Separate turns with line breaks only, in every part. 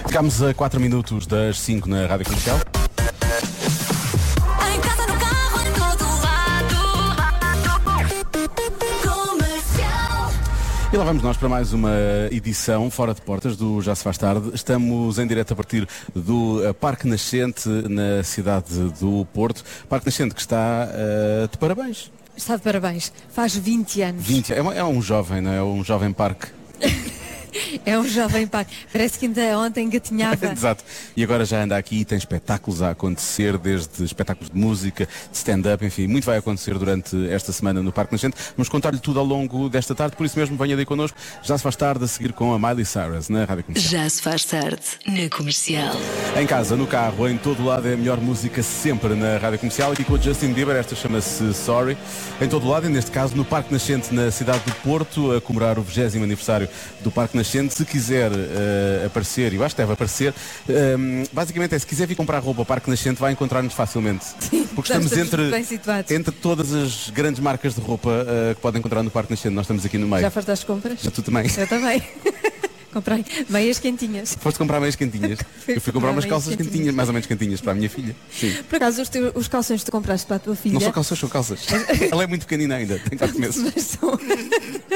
Ficámos a 4 minutos das 5 na Rádio Comercial.
Tá Em casa, no carro, em todo lado. Comercial.
E lá vamos nós para mais uma edição fora de portas do Já se faz tarde. Estamos em direto a partir do eh, Parque Nascente na cidade do Porto. Parque Nascente que está eh, de parabéns.
Está de parabéns. Faz 20 anos.
20, é, uma- é um jovem, não é? É um jovem parque.
É um jovem pai. Parece que ainda ontem gatinhava.
Exato. E agora já anda aqui e tem espetáculos a acontecer, desde espetáculos de música, de stand-up, enfim, muito vai acontecer durante esta semana no Parque Nascente. Vamos contar-lhe tudo ao longo desta tarde, por isso mesmo venha daí connosco. Já se faz tarde a seguir com a Miley Cyrus na Rádio Comercial.
Já se faz tarde na comercial.
Em casa, no carro, em todo lado é a melhor música sempre na Rádio Comercial. Aqui com o Justin Bieber, esta chama-se Sorry. Em todo lado, e neste caso no Parque Nascente, na cidade do Porto, a comemorar o 20 aniversário do Parque Nascente. Se quiser eh, aparecer, e eu acho que deve aparecer, ehm, basicamente é se quiser vir comprar roupa ao Parque Nascente, vai encontrar-nos facilmente. Porque
nós
estamos,
estamos
entre,
bem situados.
entre todas as grandes marcas de roupa eh, que podem encontrar no Parque Nascente. Nós estamos aqui no meio.
Já foste às compras?
Já tu também.
Eu também. Comprei meias quentinhas.
Foste comprar meias cantinhas.
Fui
Eu fui comprar umas
comprar meias
calças
quentinhas.
cantinhas, mais ou menos cantinhas, para a minha filha. Sim.
Por acaso, os, teus, os calções que tu compraste para a tua filha.
Não são calças, são calças. Ela é muito pequenina ainda, tem 4 meses.
mas são...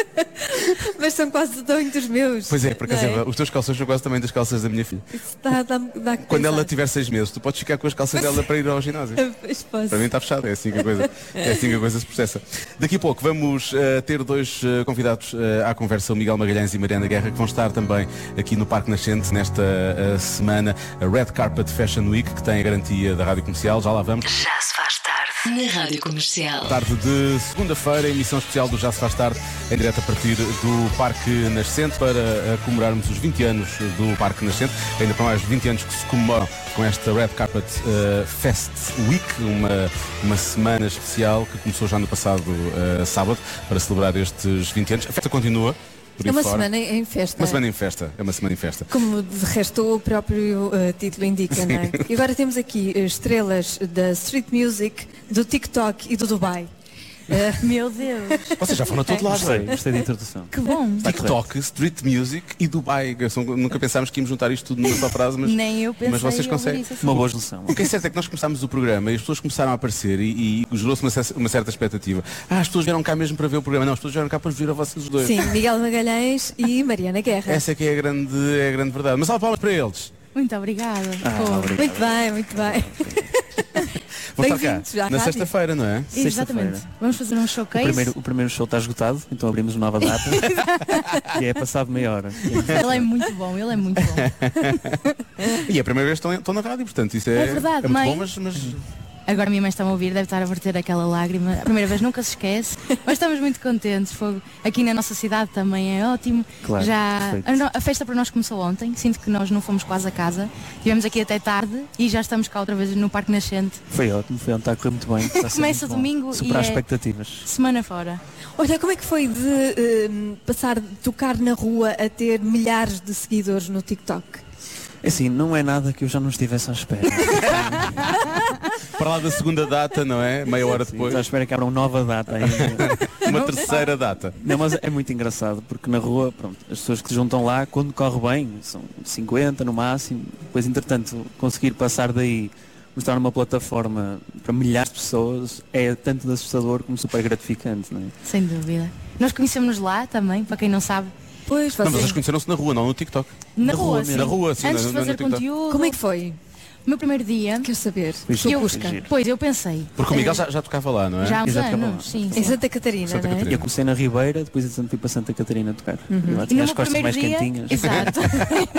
mas são quase do tamanho dos meus.
Pois é, por acaso,
não
é? os teus calções são quase também das calças da minha filha.
Isso é dá- dá- dá que
Quando ela
pensar.
tiver 6 meses, tu podes ficar com as calças dela para ir ao ginásio.
Pois posso.
Para mim está fechado, é assim que a coisa, é assim que a coisa se processa. Daqui a pouco vamos eh, ter dois eh, convidados eh, à conversa, o Miguel Magalhães e Mariana Guerra, que vão estar também aqui no Parque Nascente nesta eh, semana, a Red Carpet Fashion Week, que tem a garantia da Rádio Comercial, já lá vamos.
Já se faz tarde na rádio comercial.
Tarde de segunda-feira, emissão especial do Já se faz tarde, em direto a partir do Parque Nascente, para eh, comemorarmos os 20 anos do Parque Nascente, ainda para mais 20 anos que se comemoram com esta Red Carpet eh, Fest Week, uma, uma semana especial que começou já no passado eh, sábado, para celebrar estes 20 anos. A festa continua, por
É
aí
uma
fora.
semana em festa.
Uma semana em festa, é uma semana em festa.
Como de resto o próprio eh, título indica, não é? E agora temos aqui eh, estrelas da street music, do TikTok e do Dubai. Eh, meu Deus!
Vocês já foram a todo lado.
Gostei, gostei da introdução.
Que bom!
TikTok, street music e Dubai. São- Nunca pensámos que íamos juntar isto tudo numa só frase, mas,
Nem eu pensei
mas vocês
em ouvir
conseguem.
isso assim.
Uma boa junção.
O que é certo é que nós começámos o programa e as pessoas começaram a aparecer e, e gerou-se uma, cer- uma certa expectativa. Ah, as pessoas vieram cá mesmo para ver o programa. Não, as pessoas vieram cá para vos ver a vocês dois.
Sim, Miguel Magalhães e Mariana Guerra.
Essa é que é a grande, é a grande verdade. Mas há palmas para eles.
Muito obrigada.
é
Ah,
Pô,
obrigado.
Muito bem, muito bem.
Vão estar
Bem-vindos à
cá na
rádio.
sexta-feira, não é?
Exatamente.
Sexta-feira.
Vamos fazer um
O
showcase.
primeiro, o primeiro show está esgotado, então abrimos uma nova data. e é passado meia hora.
Ele é muito bom, ele é muito bom.
E é a primeira vez que estão, estão na rádio, portanto, isso é,
É verdade,
é muito
mãe.
bom, mas, mas
Agora a minha mãe está a ouvir, deve estar a verter aquela lágrima. A primeira vez nunca se esquece, mas estamos muito contentes. Fogo. Aqui na nossa cidade também é ótimo.
Claro,
já
perfeito.
a, no- a festa para nós começou ontem, sinto que nós não fomos quase a casa. Estivemos aqui até tarde e já estamos cá outra vez no Parque Nascente.
Foi ótimo, foi ótimo, está a correr muito bem. Está a ser
Começa
muito bom.
domingo e
Superar
é-
expectativas.
Semana fora.
Olha, como é que foi de eh, passar de tocar na rua a ter milhares de seguidores no TikTok?
Assim, não é nada que eu já não estivesse à espera.
para lá da segunda data, não é? Meia hora
Sim, já
depois,
espera que abram nova data ainda.
uma terceira data.
Não, mas é muito engraçado, porque na rua, pronto, as pessoas que se juntam lá, quando corre bem, são 50 no máximo, depois, entretanto, conseguir passar daí, mostrar uma plataforma para milhares de pessoas, é tanto de assustador como super gratificante, não é?
Sem dúvida. Nós conhecemos lá também, para quem não sabe,
Pois,
Não, vocês
vocês...
conheceram-se na rua, não no TikTok.
na,
Na rua
rua,
mesmo.
sim.
Na rua, sim,
Antes
na-
de
na- no
fazer
TikTok.
conteúdo.
Como é que foi?
O meu primeiro dia,
Quero saber.
Foi
Sou
giro.
Pusca.
Giro.
pois eu pensei.
Porque o Miguel
eh,
já, já tocava lá, não é?
já há uns
já tocava lá.
anos, sim.
Em
sim.
Santa Catarina,
Santa
não é?
Catarina.
Eu comecei na Ribeira, depois é entretanto fui para Santa Catarina tocar. E Lá
E no
tinha as
meu
costas
primeiro
mais
dia,
quentinhas.
exato,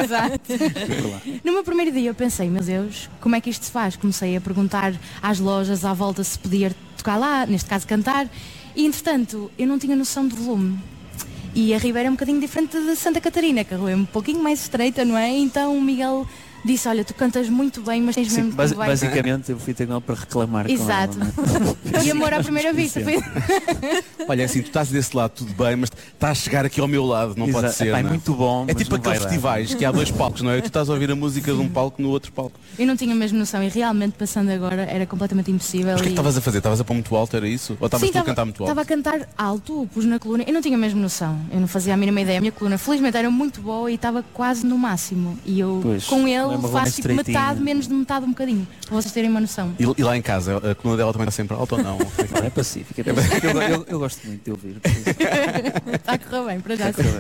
exato.
fui por lá.
No meu primeiro dia eu pensei, meu Deus, como é que isto se faz? Comecei a perguntar às lojas à volta se podia tocar lá, neste caso cantar, e entretanto eu não tinha noção do volume. E a Ribeira é um bocadinho diferente de Santa Catarina, que a rua é um pouquinho mais estreita, não é? Então o Miguel disse: Olha, tu cantas muito bem, mas tens
Sim,
mesmo
basi-
que vai.
basicamente eu fui ter com ela para reclamar. com
Exato.
ela, é?
E amor à primeira vista. Foi...
Olha, é assim, tu estás desse lado, tudo bem, mas está a chegar aqui ao meu lado, não
Exato.
pode ser.
Epá, é
não
muito bom,
É
mas
tipo
não
aqueles
vai dar.
festivais que há dois palcos, não é? Tu estás a ouvir a música de um palco no outro palco.
Eu não tinha mesmo noção e realmente, passando agora, era completamente impossível.
Mas o que é que
e-
estavas a fazer? Estavas a pôr muito alto, era isso? Ou estavas
Sim,
tu a
estava
cantar muito alto?
estava a cantar alto, pus na coluna. Eu não tinha mesmo noção. Eu não fazia a mínima ideia. A minha coluna, felizmente, era muito boa e estava quase no máximo. E eu,
Pois,
com ele,
lembro-me mais
faço tipo
estreitinho.
metade, menos de metade, um bocadinho. Para vocês terem uma noção.
E, e lá em casa, a coluna dela também está sempre alta ou não?
Não, é pacífica. É pacífica. Eu, eu- eu gosto muito de ouvir. por isso. é
Está a correr bem, para já.
Está bem.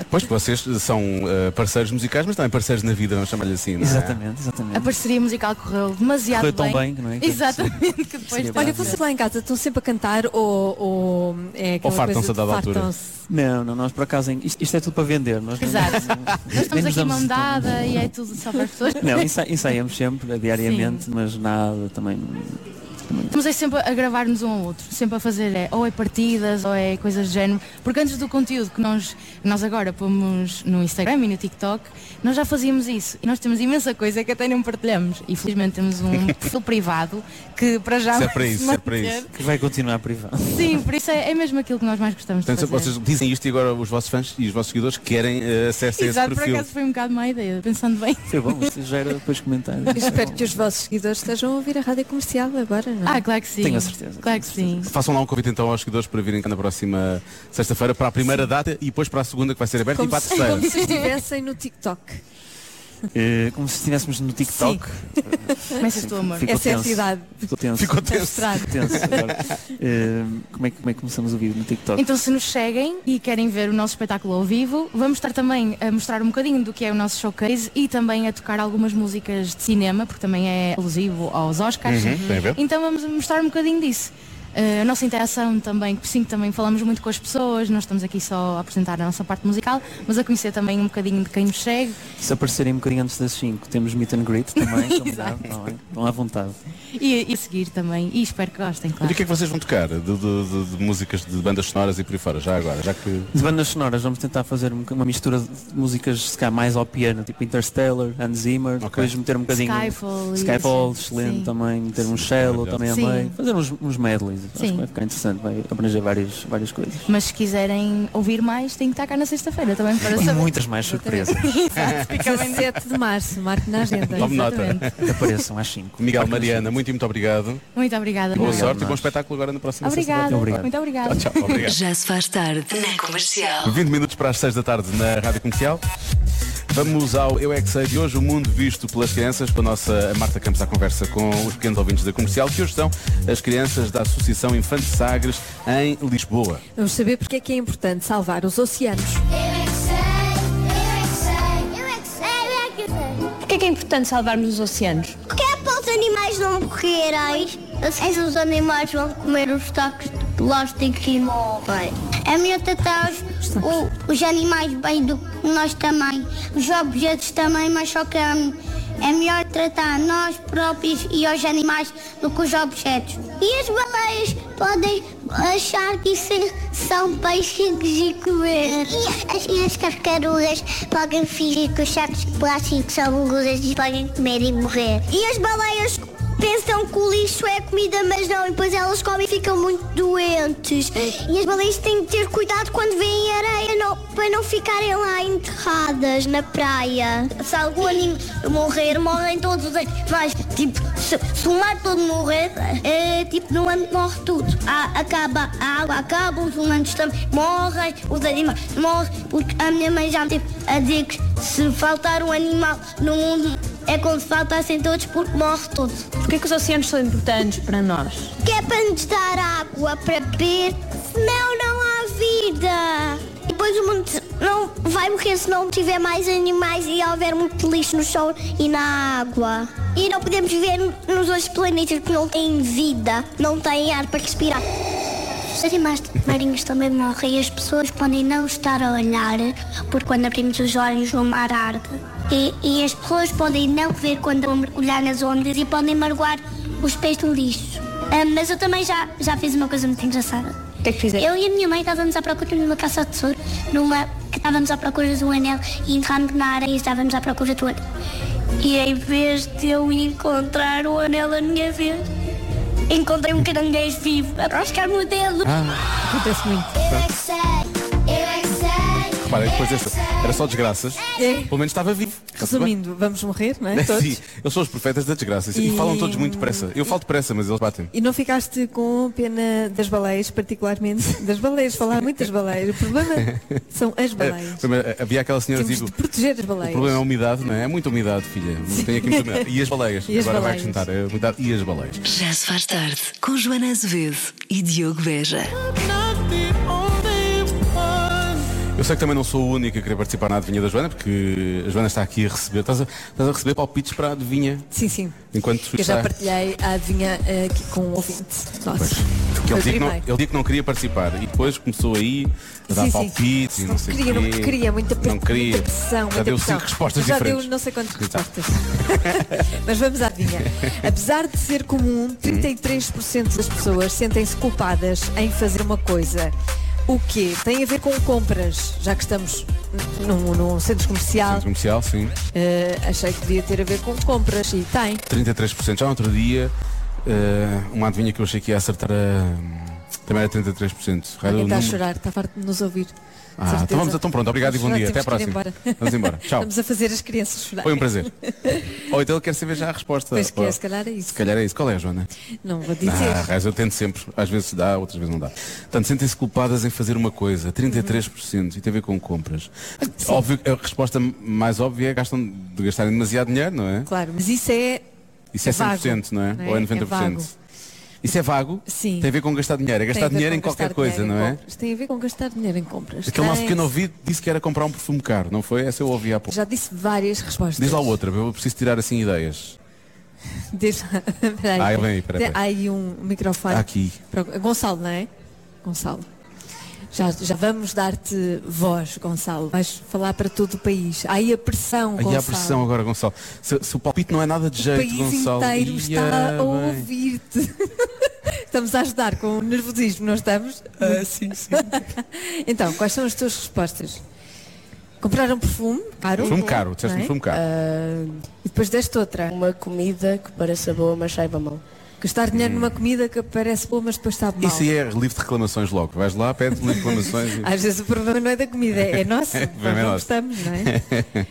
é? pois, vocês são eh, parceiros musicais, mas também parceiros na vida, vamos chamar-lhe assim, não é?
Exatamente,
A
exatamente.
parecia musical correu demasiado
Correu tão bem, não é?
Exatamente, que depois...
Seria
Olha,
bem.
vocês lá em casa estão sempre a cantar ou, ou é aquela
Ou fartam-se
coisa de
a dada altura.
fartam-se?
Não, não, nós por acaso. em- Isto, isto é tudo para vender. Nós não-
Exato.
não-
Nós
nem
estamos
nos
aqui
damos
mão
tão-
dada e é tudo só para as pessoas.
Não, ensa- ensaiamos sempre, eh, diariamente, mas nada também.
Estamos aí sempre a gravar-nos um ao outro, sempre a fazer é, ou é partidas ou é coisas do género, porque antes do conteúdo que nós, nós agora pomos no Instagram e no TikTok, nós já fazíamos isso e nós temos imensa coisa que até não partilhamos. E felizmente temos um perfil privado que para já.
Isso é
vai
para
se
isso, isso é para
manter.
isso.
Que vai continuar privado.
Sim, por isso é, é mesmo aquilo que nós mais gostamos de
Portanto,
fazer.
vocês dizem isto e agora os vossos fãs e os vossos seguidores querem eh, acesso a
Exato,
esse
por
perfil.
acaso foi um bocado má ideia, pensando bem.
Foi bom, isto gera depois comentários.
Eu espero que os vossos seguidores estejam a ouvir a rádio comercial agora, não é?
Ah, claro que sim.
Tenho a certeza.
Claro que sim.
Façam lá um convite então aos seguidores para virem cá na próxima sexta-feira para a primeira data e depois para a segunda que vai ser aberta e
como,
para Tipo a
se,
terceira.
como se estivessem no TikTok.
Eh, como se estivéssemos no TikTok.
Começas tu, amor.
Ficou
Essa é a
tenso.
cidade.
Ficou tenso.
Ficou
da
tenso.
estrada.
tenso agora. Eh, como, é, que- como é que começamos o vídeo no TikTok?
Então, se nos seguem e querem ver o nosso espetáculo ao vivo, vamos estar também a mostrar um bocadinho do que é o nosso showcase e também a tocar algumas músicas de cinema, porque também é alusivo aos Oscars.
Uhum, tem a ver.
Então, vamos mostrar um bocadinho disso. Eh, a nossa interação também, que sim, também falamos muito com as pessoas, nós estamos aqui só a apresentar a nossa parte musical, mas a conhecer também um bocadinho de quem nos segue.
Se aparecerem um bocadinho antes das 5, temos meet and greet também. combinado, tá bem? Estão à vontade.
E, e seguir também, e espero que gostem,
E
claro.
o que é que vocês vão tocar de, de- de- de músicas de bandas sonoras e por aí fora, já agora? Já que...
De bandas sonoras, vamos tentar fazer um- uma mistura de músicas se calhar, mais ao piano, tipo Interstellar, Hans Zimmer, depois meter um bocadinho.
Skyfall e
Skyfall,
assim.
excelente
Sim.
também, meter um cello
Maravilhoso.
também a
Sim.
meio. Fazer uns, uns medleys, acho
Sim.
que vai ficar interessante, vai abranger várias, várias coisas.
Mas se quiserem ouvir mais, têm que estar cá na sexta-feira também para
E
saber.
muitas mais surpresas
17 de março, marque na agenda.
Tome nota.
Exatamente.
que apareçam às 5.
Miguel, Mariana, muito e muito obrigado.
Muito obrigada.
Boa
Miguel.
sorte e bom espetáculo agora na próxima
Obrigada.
Obrigado.
Muito obrigada.
sexta-feira. Tchau, obrigado.
Já se faz tarde na comercial.
20 minutos para as 6 da tarde na Rádio Comercial. Vamos ao Eu é que Sei de hoje, o mundo visto pelas crianças, com a nossa Marta Campos à conversa com os pequenos ouvintes da comercial, que hoje são as crianças da Associação Infante Sagres em Lisboa.
Vamos saber porque é que é importante salvar os oceanos.
Porquê é que é importante salvarmos os oceanos?
Porque é para os animais não morrerem. Assim os animais vão comer os tacos de plástico e morrem. É melhor tratar os, o- os animais bem do que nós também. Os objetos também, mas só que hum, é melhor tratar nós próprios e os animais do que os objetos. E as baleias podem achar que isso é são peixes e comer. E as, e as tartarugas podem fingir que os sacos de plástico são gorduras e podem comer e morrer. E as baleias pensam que o lixo é comida, mas não, e depois elas comem e ficam muito doentes. E as baleias têm que ter cuidado quando veem areia não- para não ficarem lá enterradas na praia. Se algum animal morrer, morrem todos os animais. Tipo, se, se o mar todo morrer, é, tipo, no ano morre tudo. A, acaba a água, acaba, os humanos também morrem, os animais morrem, porque a minha mãe já me teve a dizer que se faltar um animal no mundo é como se faltassem todos porque morre tudo.
Porquê é que os oceanos são importantes para nós?
Que é para nos dar água para beber, senão não há vida. E depois o mundo não vai morrer se não tiver mais animais e houver muito lixo no sol e na água. E não podemos viver nos outros planetas que não têm vida, não têm ar para respirar. Os animais marinhos também morrem e as pessoas podem não estar a olhar, porque quando abrimos os olhos o mar arde. E, e as pessoas podem não ver quando vão mergulhar nas ondas e podem mergulhar os pés no lixo. Ah, mas eu também já, já fiz uma coisa muito engraçada.
O que é que fizeste?
Eu e a minha mãe estávamos à procura de uma caça de tesouro, numa que estávamos à procura de um anel e entrámos na área e estávamos à procura do anel. E em vez de eu encontrar o anel a minha vez, encontrei um caranguejo vivo a rascar o dedo.
Acontece muito.
Eu é que sei, eu é que sei.
Reparem, depois desta, era só desgraças.
É,
Pelo menos estava vivo. Está-se bem.
resumindo, vamos morrer, não é? Todos.
Sim, eles são os profetas da desgraça e,
E-
falam todos muito depressa. Eu falo depressa, mas eles batem.
E não ficaste com pena das baleias, particularmente? Das baleias, falar muito das baleias. O problema são as
É,
baleias.
Primeiro, havia aquela senhora que
Temos
diz,
de proteger as
o
baleias.
problema é a umidade, não é? É muita umidade, filha. Tem aqui muita umidade. E as baleias.
E as
Agora
baleias.
vai acrescentar. A umidade e as baleias.
Já se faz tarde com Joana Azevedo e Diogo Beja.
Eu sei que também não sou o único a querer participar na adivinha da Joana, porque a Joana está aqui a receber. Estás a, estás a receber palpites para a adivinha
Sim, sim.
enquanto
Eu
está.
já partilhei a adivinha eh, aqui com um ouvinte. Nossa.
Porque ele, dizia
Foi
que é um não,
primeiro.
ele dizia que não queria participar e depois começou aí a dar
Sim, sim.
palpites e não sei o
Queria, não
quê.
queria, muita, pressão,
Não queria.
muita pressão.
Já
muita
deu
pressão.
cinco respostas
Já
diferentes.
deu não sei quantas
Então.
respostas. Mas vamos à adivinha. Apesar de ser comum,
Hum?
33% das pessoas sentem-se culpadas em fazer uma coisa. O quê? Tem a ver com compras, já que estamos num, num centro comercial.
Centro comercial, sim.
eh, achei que devia ter a ver com compras e tem.
33%. Já no outro dia, eh, uma adivinha que eu achei que ia acertar a. Também era 33%. Raio
Alguém
do
está a
número.
chorar, está farto de nos ouvir. De
Ah,
certeza.
então vamos então pronto. Obrigado e bom
Vamos
dia. Até
chorar,
à
temos que ir
próxima.
embora.
Vamos embora. Tchau.
Estamos a fazer as crianças chorar.
Foi um prazer. Ou então ele quer saber já a resposta.
Pois que
Ou-
é, se calhar é isso.
Se calhar é isso. Qual é, Joana?
Não vou dizer.
Ah, raios, eu tento sempre. Às vezes dá, outras vezes não dá. Portanto, sentem-se culpadas em fazer uma coisa. 33% e tem a ver com compras.
Ah,
Óbvio, que a resposta mais óbvia é gastam, de gastarem demasiado dinheiro, não é?
Claro, mas isso é.
Isso é 100%,
vago,
não é?
não é?
Ou é
É
90%?
vago.
Isso é vago?
Sim.
Tem a ver com gastar dinheiro. É
tem
gastar
a ver
dinheiro
com
em qualquer
gastar
coisa,
dinheiro
não
em
é?
compras. Tem a ver com gastar dinheiro em compras.
Aquele nosso
Tem-
pequeno ouvido disse que era comprar um perfume caro, não foi? Essa eu ouvi há pouco.
Já disse várias respostas.
Diz lá outra, eu preciso tirar assim ideias.
Diz lá. Peraí.
Ah, vem aí, peraí, peraí.
Há aí um microfone.
Há aqui.
Pro- Gonçalo, não é? Gonçalo. Já, já vamos dar-te voz, Gonçalo. Vais falar para todo o país. Há aí a pressão,
Aí
Gonçalo.
há pressão agora, Gonçalo. Se, se o palpite não é nada de
O
jeito,
país
Gonçalo.
inteiro
Ia
está a
bem.
ouvir-te. Estamos a ajudar com o nervosismo, não estamos? Ah, sim, sim. então, quais são as tuas respostas? Comprar um perfume caro.
Perfume caro, disseste
não é?
perfume um caro.
E depois deste outra.
Uma comida que pareça boa, mas saiba mal.
Gastar dinheiro numa comida que parece boa, mas depois sabe mal.
Hum. Isso aí é livro de reclamações logo. Vais lá, pede livro de reclamações e-
Às vezes o problema não é da comida, é nosso.
É,
Nós
é
não
nosso.
gostamos, não é?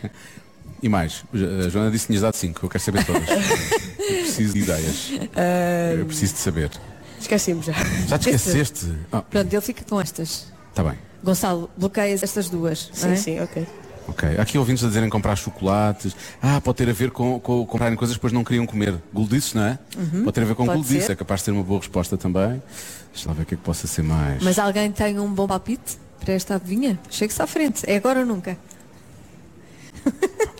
e mais. A Joana disse que tinhas dado 5, eu quero saber todas. eu preciso de ideias.
Ah.
Eu preciso de saber.
Esqueci-me já.
Já te esqueceste? Ah,
Pronto, ele fica com estas.
está bem.
Gonçalo, bloqueias estas duas. não
Sim,
é?
sim, ok.
Ok. Há aqui ouvintes a dizerem comprar chocolates. Ah, pode ter a ver com, com comprarem coisas que depois não queriam comer. Guldices, não é? Pode ter a ver com
Uhum. Pode
guldices.
ser.
É capaz de ter uma boa resposta também. Deixa lá ver o que é que possa ser mais.
Mas alguém tem um bom palpite para esta adivinha? Chegue-se à frente, é agora ou nunca.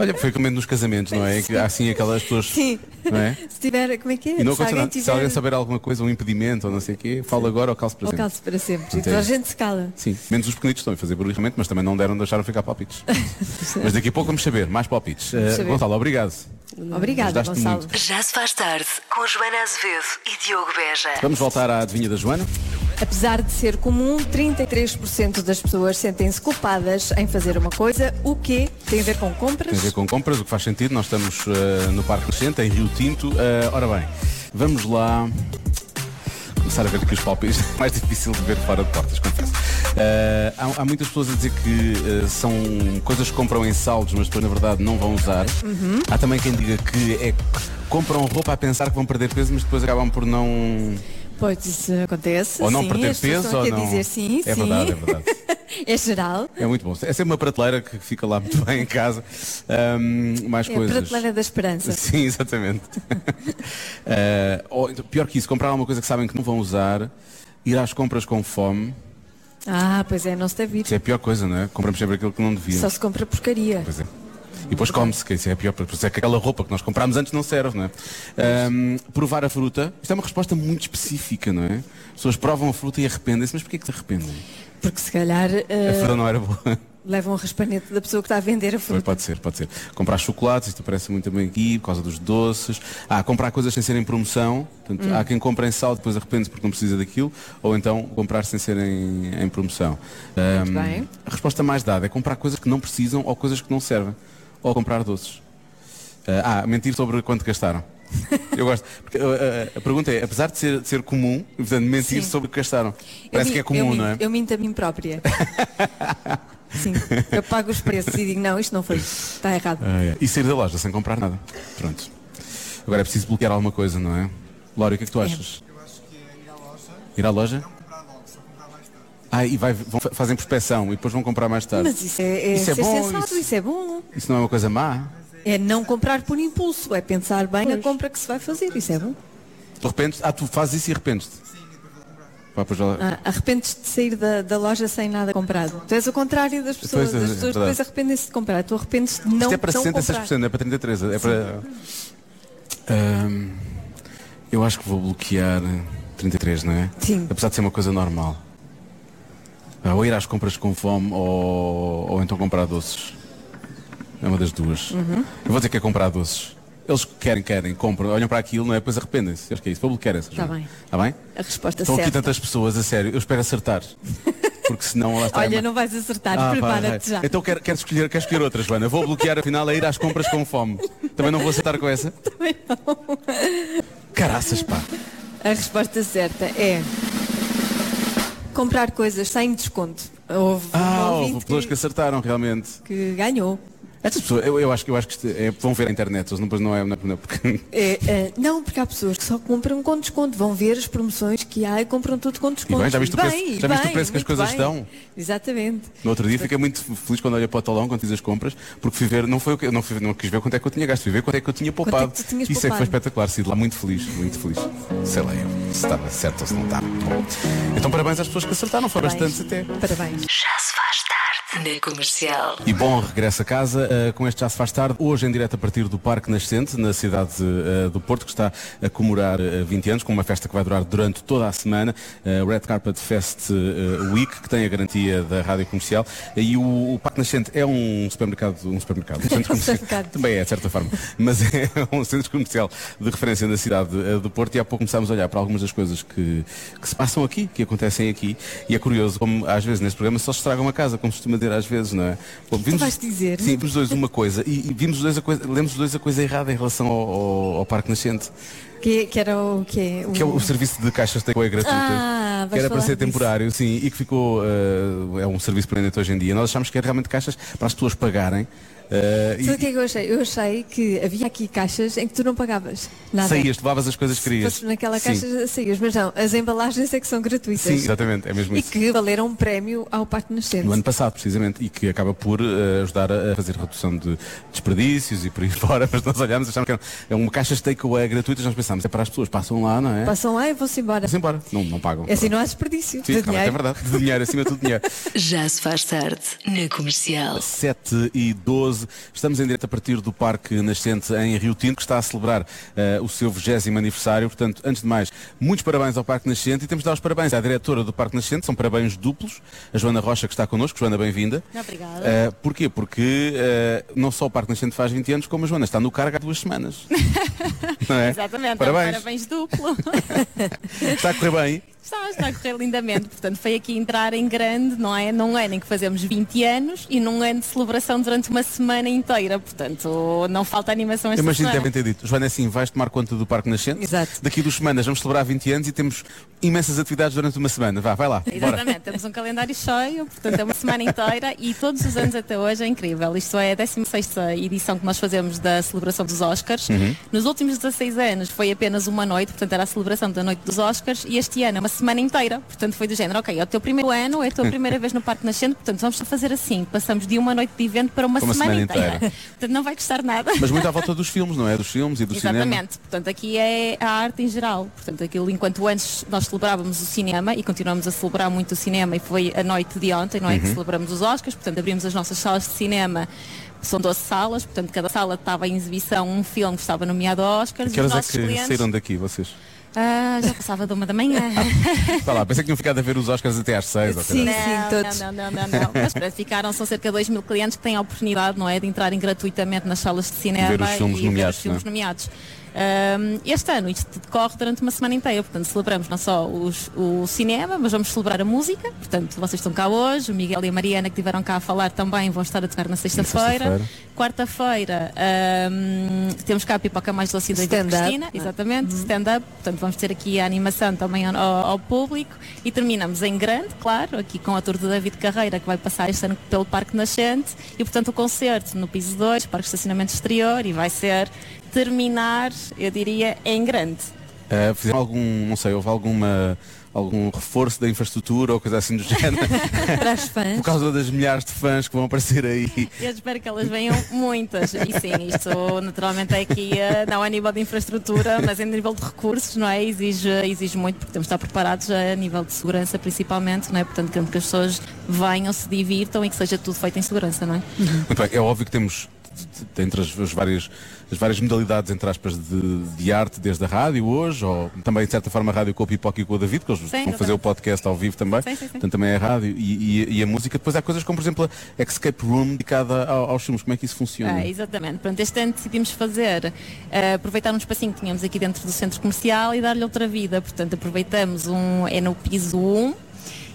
Olha, foi comendo nos casamentos, não é? Que Há assim aquelas pessoas.
Sim.
Não é?
Se tiver, como é que é?
E não
se
aconteceu
alguém
nada. Se alguém
tiver
saber alguma coisa, um impedimento ou não sei o quê, fala agora ou calce para
o
sempre.
calço um para sempre. E
Entendo.
toda a gente se cala.
Sim, menos os pequenitos estão a fazer barulho realmente, mas também não deram, deixaram ficar palpites. mas daqui a pouco vamos saber, mais palpites. Eh,
saber.
Gonçalo, obrigado.
Obrigada,
ajudaste
Gonçalo.
muito.
Já se faz tarde com Joana Azevedo e Diogo Beja.
Vamos voltar à adivinha da Joana.
Apesar de ser comum, 33% das pessoas sentem-se culpadas em fazer uma coisa, o quê? Tem a ver com
Tem a
compras?
ver com compras, o que faz sentido. Nós estamos eh, no Parque Nascente, em Rio Tinto. Eh, ora bem, vamos lá começar a ver aqui os palpites. É mais difícil de ver fora de portas, confesso. Eh, há, há muitas pessoas a dizer que eh, são coisas que compram em saldos, mas depois na verdade não vão usar.
Uhum.
Há também quem diga que é compram roupa a pensar que vão perder peso, mas depois acabam por não
Pois isso acontece.
ou não
sim,
perder
as pessoas
peso
estão
ou
aqui a
não.
dizer sim,
é
sim.
verdade, é verdade.
É geral.
É muito bom. É sempre uma prateleira que fica lá muito bem em casa. Ahm, mais
É a
coisas.
prateleira da esperança.
Sim, exatamente. Eh, ou então, pior que isso, comprar alguma coisa que sabem que não vão usar, ir às compras com fome,
Ah, pois é, não se deve ir.
isso é a pior coisa, não é? Compramos sempre aquilo que não
Só
devíamos.
se compra porcaria.
Pois é. E depois come-se, que isso é a pior, por isso é que aquela roupa que nós comprámos antes não serve, não é? Ahm, provar a fruta, isto é uma resposta muito específica, não é? As pessoas provam a fruta e arrependem-se, mas porquê que se arrependem?
Porque se calhar
A
eh,
fruta não era boa.
levam um raspanete da pessoa que está a vender a
Pois,
fruta.
pode ser, pode ser. Comprar chocolates, isto aparece muito bem aqui, por causa dos doces. Ah, comprar coisas sem serem promoção. Portanto,
Hum.
Há quem compra em sal, depois arrepende-se porque não precisa daquilo. Ou então comprar sem serem em promoção.
Muito
Ahm,
bem.
A resposta mais dada é comprar coisas que não precisam ou coisas que não servem. Ou comprar doces. ah, ah, mentir sobre quanto gastaram. Eu gosto. Porque, ah, ah, a pergunta é, apesar de ser, de ser comum, portanto, mentir
Sim.
sobre o que gastaram.
Eu
Parece
min-
que é
eu
comum,
min-
não é?
Eu minto a mim própria. Sim, eu pago os preços e digo, não, isto não foi, está errado.
Ah, é. E sair da loja sem comprar nada. Pronto. Agora é preciso bloquear alguma coisa, não é? Lório, o que é que tu achas? Ir à loja? Ah, e vai, vão, fa- fazem prospeção e depois vão comprar mais tarde.
Mas isso é, é
Isso é
ser
bom,
sensato,
isso-
isso... é bom.
Isso não é uma coisa má?
É não comprar por impulso, é pensar bem na compra que se vai fazer, isso é bom.
De repente, ah, tu fazes isso e arrependes-te. Vá, pois lá-
Ah, Arrependes-te de sair da, da loja sem nada comprado. Tu és o contrário das pessoas,
Pois é,
as
é
pessoas
verdade.
depois arrependem-se de comprar. Tu arrependes-te de não,
Isto é para
não
66%,
comprar.
não é para 33. É para... Ahm, eu acho que vou bloquear 33, não é?
Sim.
Apesar de ser uma coisa normal. Ah, Ou ir às compras com fome ou, ou então comprar doces. É uma das duas.
Uhum.
Eu vou dizer que é comprar doces. Eles querem, querem, compram, olham para aquilo, não é? Depois arrependem-se. Eu Acho que é isso. Vou bloquear essas.
Tá
não é?
bem.
Tá bem?
A resposta
Estão aqui
certa.
tantas pessoas, a sério. Eu espero acertar. Porque senão lá está.
Olha, não vais acertar,
Ah, pá,
prepara-te já.
Então quero, quero escolher, quero escolher outras, Joana. Vou bloquear afinal a ir às compras com fome. Também não vou acertar com essa? Também não. Caraças, pá.
A resposta certa é comprar coisas sem desconto. Houve
Ah,
um
houve
ouvinte
pessoas que
que,
acertaram realmente.
que ganhou.
Estas pessoas, eu, eu acho, que- eu acho que isto é- vão ver a internet, eles não, pois não é, não é- não é porque.
É, é, não, porque há pessoas que só compram com desconto, vão ver as promoções que há e compram tudo com desconto.
bem, já viste o preço-
e
já viste o
bem,
preço que as
muito
coisas
bem.
dão?
Exatamente.
No outro dia fiquei muito feliz quando olhei para o talão, quando fiz as compras, porque fui ver, não, foi, o que- não, fui- não quis ver quanto é que eu tinha gasto, fui ver quanto é que eu tinha
é que
poupado.
tu tinhas
Isso é que foi
poupado?
espetacular, sido lá muito feliz, muito feliz. Sei lá eu, se estava certo ou se não estava. Bom, Então parabéns às pessoas que acertaram, foram bastantes até.
Parabéns.
Já se faz tarde na comercial.
E bom regresso a casa. Uh, com este Já se faz tarde, hoje em direto a partir do Parque Nascente, na cidade uh, do Porto, que está a comemorar uh, 20 anos, com uma festa que vai durar durante toda a semana, uh, Red Carpet Fest uh, Week, que tem a garantia da Rádio Comercial. E o, o Parque Nascente é um supermercado, um supermercado, um centro comercial.
supermercado.
Também é, de certa forma, mas é um centro comercial de referência na cidade uh, do Porto e há pouco começámos a olhar para algumas das coisas que, que se passam aqui, que acontecem aqui. E é curioso como às vezes neste programa só se estragam a casa, como se costuma dizer às vezes, não é? Bom, vimos-
vais dizer?
Sim, vimos os dois uma coisa e, e vimos os dois a coisa, lemos os dois a coisa errada em relação ao, ao- ao Parque Nascente,
Que, que era o que é? O...
que é o serviço de caixas de takeaway gratuito.
Ah, vais
que era para
falar
ser
disso.
temporário, sim, e que ficou. eh, é um serviço permanente hoje em dia. Nós achámos que era realmente caixas para as pessoas pagarem. eh,
Sabe o que é que eu achei? Eu achei que havia aqui caixas em que tu não pagavas nada.
Saías, levavas as coisas que
Se
querias.
fosse naquela
Sim.
caixa saías, mas não, as embalagens é que são gratuitas.
Sim, exatamente, é mesmo
E
isso.
que valeram um prémio ao Parque Nascente.
No ano passado, precisamente, e que acaba por eh, ajudar a a fazer redução de desperdícios e por aí fora, mas nós olhámos e achámos que era- é uma caixa de takeaway gratuita, nós pensámos, é para as pessoas, passam lá, não é?
Passam lá e vão-se embora.
Vão-se embora, não, não pagam.
É Assim não há desperdício
Sim,
de
realmente
dinheiro.
é verdade, de dinheiro, acima de tudo dinheiro.
Já se faz tarde na comercial.
7 e 12. Estamos em direto a partir do Parque Nascente em Rio Tinto, que está a celebrar eh, o seu 20 aniversário. Portanto, antes de mais, muitos parabéns ao Parque Nascente e temos de dar os parabéns à diretora do Parque Nascente. São parabéns duplos. A Joana Rocha, que está connosco. Joana, bem-vinda.
Obrigada.
Eh, porquê? Porque eh, não só o Parque Nascente faz 20 anos, como a Joana está no cargo há duas semanas. Não é?
Exatamente, um
Parabéns.
parabéns. parabéns duplo.
Está a correr bem.
está, está a correr lindamente. Portanto, foi aqui entrar em grande, não é? Num ano em que fazemos 20 anos e num ano de celebração durante uma semana inteira. Portanto, não falta animação esta
Eu imagino que
semana.
devem ter dito, Joana, é assim, vais tomar conta do Parque Nascente.
Exato.
Daqui duas semanas vamos celebrar 20 anos e temos imensas atividades durante uma semana. Vá, vai lá. Bora.
Exatamente, temos um calendário cheio, portanto é uma semana inteira e todos os anos até hoje é incrível. Isto é a 16 edição que nós fazemos da celebração dos Oscars. Nos últimos 16 anos foi apenas uma noite, portanto era a celebração da noite dos Oscars e este ano é uma semana inteira, portanto foi do género, ok, é o teu primeiro ano, é a tua primeira vez no Parque Nascente, portanto vamos só fazer assim, passamos de uma noite de evento para uma,
Para uma
semana,
semana
inteira.
inteira.
Portanto não vai custar nada.
Mas muito à volta dos filmes, não é? Dos filmes e do cinema.
Exatamente, portanto aqui é a arte em geral. Portanto, aquilo enquanto antes nós celebrávamos o cinema e continuamos a celebrar muito o cinema e foi a noite de ontem, não é?
Uhum.
Que celebramos os Oscars, portanto abrimos as nossas salas de cinema, são 12 salas, portanto cada sala estava em exibição um filme que estava nomeado a Oscars
Que
e os
horas é
nossos
que
clientes.
saíram daqui vocês?
Ah, já passava de uma da manhã.
Está lá, pensei que tinham ficado a ver os Oscars até às 6 ou
Sim,
caralho.
sim, todos.
Não, não, não, não, não. Mas pronto, ficaram, são cerca de 2 mil clientes que têm a oportunidade, não é, de entrarem gratuitamente nas salas de cinema
Ver os filmes
e ver
nomeados,
os filmes
não é?
nomeados.
Um, este ano isto decorre durante uma semana inteira, portanto celebramos não só os- o cinema, mas vamos celebrar a música. Portanto, vocês estão cá hoje, o Miguel e a Mariana que estiveram cá a falar também vão estar a tocar na sexta-feira.
sexta-feira.
Quarta-feira um, temos cá a pipoca mais lacida e
Stand-up, não
Cristina,
é?
exatamente, stand-up. Portanto, vamos ter aqui a animação também ao, ao público e terminamos em grande, claro, aqui com o ator do David Carreira que vai passar este ano pelo Parque Nascente e, portanto, o concerto no piso 2, Parque de Estacionamento Exterior e vai ser terminar, eu diria, em grande.
Ah, fizeram algum, não sei, houve alguma, algum reforço da infraestrutura ou coisa assim do género?
Para as fãs.
Por causa das milhares de fãs que vão aparecer aí.
Eu espero que elas venham muitas. E sim, isto naturalmente é aqui, eh, não a nível de infraestrutura, mas a nível de recursos, não é? Exige, exige muito, porque temos de estar preparados a nível de segurança principalmente, não é? Portanto, queremos que as pessoas venham, se divirtam e que seja tudo feito em segurança, não é?
Muito bem, é óbvio que temos t- t- entre as, as várias, as várias modalidades, entre aspas, de, de arte, desde a rádio hoje, ou também de certa forma a rádio com o Pipoca e com o David, que eles vão fazer
exatamente.
o podcast ao vivo também,
Sim, sim, sim.
portanto também é a rádio e, e- e a música. Depois há coisas como, por exemplo, a Escape Room dedicada ao- aos filmes, como é que isso funciona?
Ah, exatamente. Portanto, este ano decidimos fazer, eh, aproveitar um espacinho que tínhamos aqui dentro do centro comercial e dar-lhe outra vida. Portanto, aproveitamos um, é no piso 1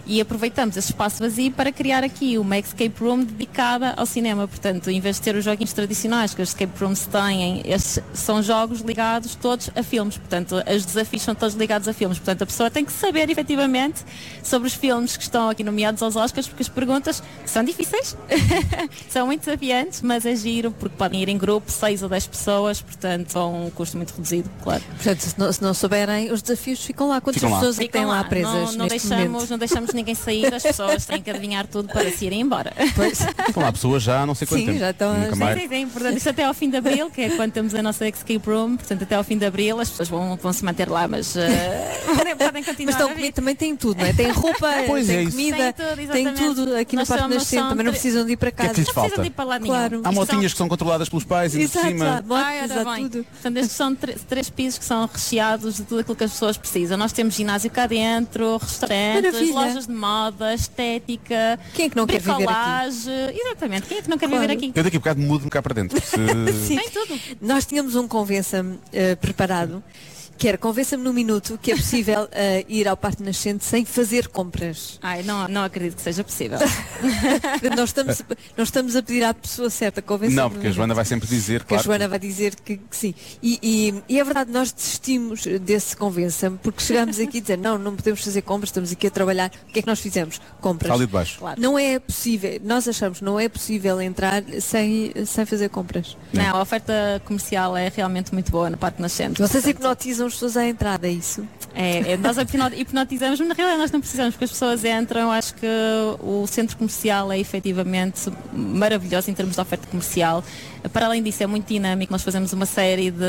e aproveitamos esse espaço vazio para criar aqui uma escape room dedicada ao cinema. Portanto, em vez de ter os joguinhos tradicionais que as escape rooms têm, estes são jogos ligados todos a filmes. Portanto, os desafios são todos ligados a filmes. Portanto, a pessoa tem que saber efetivamente sobre os filmes que estão aqui nomeados aos Oscars, porque as perguntas são difíceis, são muito desafiantes, mas é giro, porque podem ir em grupo, 6 ou 10 pessoas, portanto, a um custo muito reduzido, claro.
Portanto, se não, se não souberem, os desafios ficam lá. Quantas
Ficam lá.
pessoas é que
Ficam
têm lá,
lá.
presas
Não- não
neste
deixamos-
momento?
não deixamos ninguém sair, as pessoas têm que adivinhar tudo para se irem embora.
Estão lá pessoas já há não sei quanto
Sim,
tempo.
já estão-
Nunca mais.
Sim, sim, sim. Portanto, isto até ao fim de abril, que é quando temos a nossa escape room, portanto, até ao fim de abril as pessoas vão, vão se manter lá, mas eh, podem, podem continuar.
Mas estão comigo, também têm tudo, não é? Têm roupa,
Pois é
têm
isso.
comida,
Tem tudo,
têm
exatamente.
tudo aqui
Nós
no Parque
somos-
Nascente,
são
também não
tre-
precisam de ir para
O que é
casa.
que lhes falta?
Claro.
Há motinhas que são controladas pelos pais, ainda por
Exato,
cima.
exato. Ah, ora bem. Portanto, estes são tre- três pisos que são recheados de tudo aquilo que as pessoas precisam. Nós temos ginásio cá dentro, restaurantes,
Maravilha.
lojas de moda, estética,
Quem é que não quer viver aqui?
bricolagem. Exatamente, quem é que não quer viver aqui? é
Eu daqui a bocado mudo-me cá para dentro. Se...
Sim. Nós tínhamos um convença-me eh, preparado, que era convença-me num minuto que é possível eh, ir ao Parque Nascente sem fazer compras.
Ai, não, não acredito que seja possível.
nós, estamos, nós estamos a pedir à pessoa certa, convença-me.
Não,
num
porque a
minuto.
Joana vai sempre dizer,
Que a
claro.
Joana vai dizer que, que sim. E, e- e é verdade, nós desistimos desse convença-me, porque chegámos aqui e dizendo, não, não podemos fazer compras, estamos aqui a trabalhar. O que é que nós fizemos? Compras.
Ali de baixo.
Claro.
Não é possível, nós achamos, não é possível entrar sem, sem fazer compras.
Não, a oferta comercial é realmente muito boa na parte nascente.
Vocês hipnotizam as pessoas à entrada, é isso?
É, é, nós hipno- hipnotizamos, mas na realidade nós não precisamos, porque as pessoas entram, acho que o centro comercial é efetivamente maravilhoso em termos de oferta comercial. Para além disso, é muito dinâmico, nós fazemos uma série de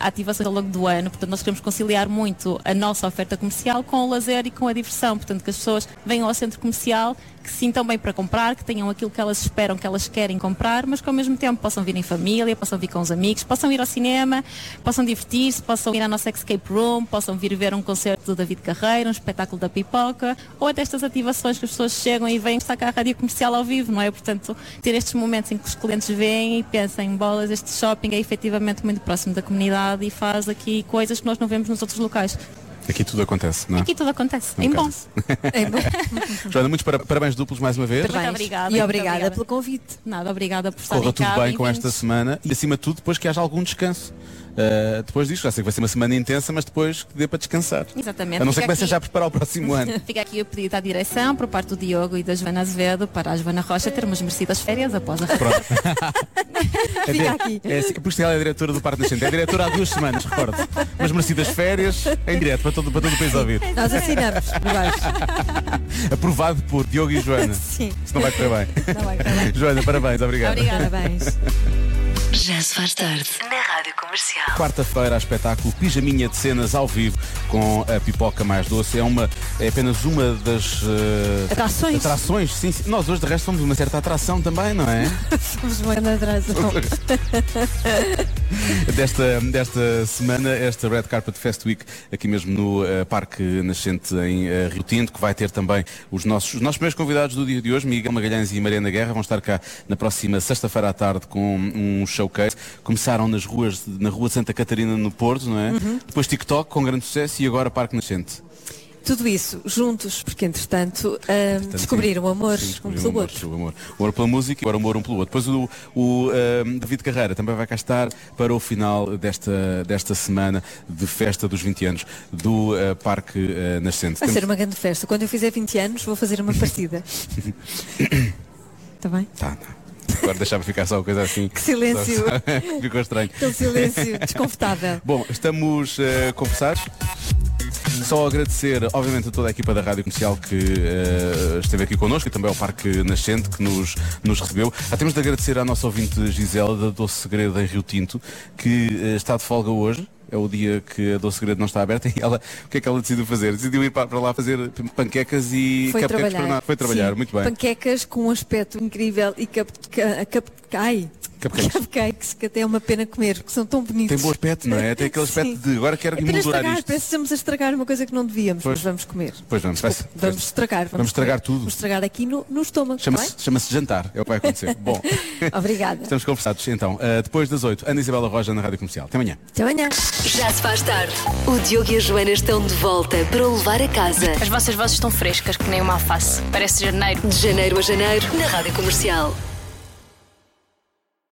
ativações ao longo do ano, portanto nós queremos conciliar muito a nossa oferta comercial com o lazer e com a diversão, portanto que as pessoas venham ao centro comercial, que se sintam bem para comprar, que tenham aquilo que elas esperam, que elas querem comprar, mas que ao mesmo tempo possam vir em família, possam vir com os amigos, possam ir ao cinema, possam divertir-se, possam ir à nossa escape room, possam vir ver um concerto do David Carreira, um espetáculo da pipoca, ou até estas ativações que as pessoas chegam e vêm estar cá à rádio comercial ao vivo, não é? Portanto, ter estes momentos em que os clientes vêm e pensam em bolas, este shopping é efetivamente muito próximo da comunidade e faz aqui coisas que nós não vemos nos outros locais.
Aqui tudo acontece, não é?
Aqui tudo acontece,
Não
em bom.
cansa. Joana, muitos para- parabéns duplos mais uma vez.
Muito obrigada.
E
muito
obrigada pelo convite.
Nada, obrigada por estarem
Corra tudo
cá.
bem com
bem-vindos.
esta semana e acima de tudo depois que haja algum descanso. Uh, depois disto, já sei que vai ser uma semana intensa, mas depois que dê para descansar.
Exatamente.
A não ser
Fica
que comecem
aqui-
já a preparar o próximo ano.
Fica aqui o pedido à direção por parte do Diogo e da Joana Azevedo para a Joana Rocha termos merecidas férias após a
Pronto. Fica aqui. É, assim- por isso ela é a diretora do Parque Nascente. É a diretora há duas semanas, recordo. Mas merecidas férias, em direto, para todo, para todo o país ouvir.
Nós assinamos, por baixo.
Aprovado por Diogo e Joana.
Sim.
Isso não vai correr bem.
Não vai
Joana, parabéns, obrigado.
Parabéns.
Já se faz tarde na Rádio Comercial.
Quarta-feira, há espetáculo Pijaminha de Cenas ao vivo com a Pipoca Mais Doce. É, uma, é apenas uma das. eh,
Atrações.
Atrações, sim, sim. Nós hoje, de resto, somos uma certa atração também, não é?
Somos muito atrasados.
desta, desta semana, esta Red Carpet Fest Week, aqui mesmo no eh, Parque Nascente em eh, Rio Tinto, que vai ter também os nossos, os nossos primeiros convidados do dia de hoje, Miguel Magalhães e Mariana Guerra, vão estar cá na próxima sexta-feira à tarde com um showcase. Começaram nas ruas, na Rua Santa Catarina, no Porto, não é?
Uhum.
Depois TikTok, com grande sucesso, e agora Parque Nascente.
Tudo isso juntos, porque entretanto, ah, descobriram o amor um
Descobrir
pelo
o amor,
outro.
descobrir o amor. O amor pela música e agora o amor um pelo outro. Depois o, o, ehm, David Carreira também vai cá estar para o final desta, desta semana de festa dos 20 anos do eh, Parque eh, Nascente.
Vai
Temos-
ser uma grande festa. Quando eu fizer 20 anos, vou fazer uma partida. Está bem?
Tá, tá. Agora deixava ficar só uma coisa assim. que
silêncio.
Ficou estranho.
Aquele silêncio desconfortável.
Bom, estamos eh, conversados. Só agradecer, obviamente, a toda a equipa da Rádio Comercial que eh, esteve aqui connosco e também ao Parque Nascente que nos, nos recebeu. Ah, temos de agradecer à nossa ouvinte Gisela da Doce Segredo em Rio Tinto, que eh, está de folga hoje. É o dia que a Doce Segredo não está aberta e ela, o que é que ela decidiu fazer? Decidiu ir para, para lá fazer panquecas e
Foi
cupcakes
trabalhar.
para nós. Foi trabalhar,
Sim,
muito bem.
Panquecas com um aspecto incrível e cap, ca- cap, ai,
Cupcakes.
cupcakes, que até é uma pena comer, porque são tão bonitos.
Tem bom aspecto, não é? Tem aquele
Sim.
aspecto de agora quero
É pena
emoldurar
estragar,
isto.
parece que estamos a estragar uma coisa que não devíamos,
Pois.
mas vamos comer.
Pois vamos, vai ser-
Vamos estragar. Vamos,
Vamos estragar
comer.
tudo.
Vamos estragar aqui no, no estômago, está
Chama-se chama jantar, é o que vai acontecer. Bom,
bem? Obrigada.
estamos conversados. Então, eh, depois das 8, Ana Isabela Roja na Rádio Comercial. Até amanhã.
Até amanhã.
Já se faz tarde. O Diogo e a Joana estão de volta para o levar a casa.
As vossas vozes estão frescas, que nem uma alface. Parece janeiro.
De janeiro a janeiro, na Rádio Comercial.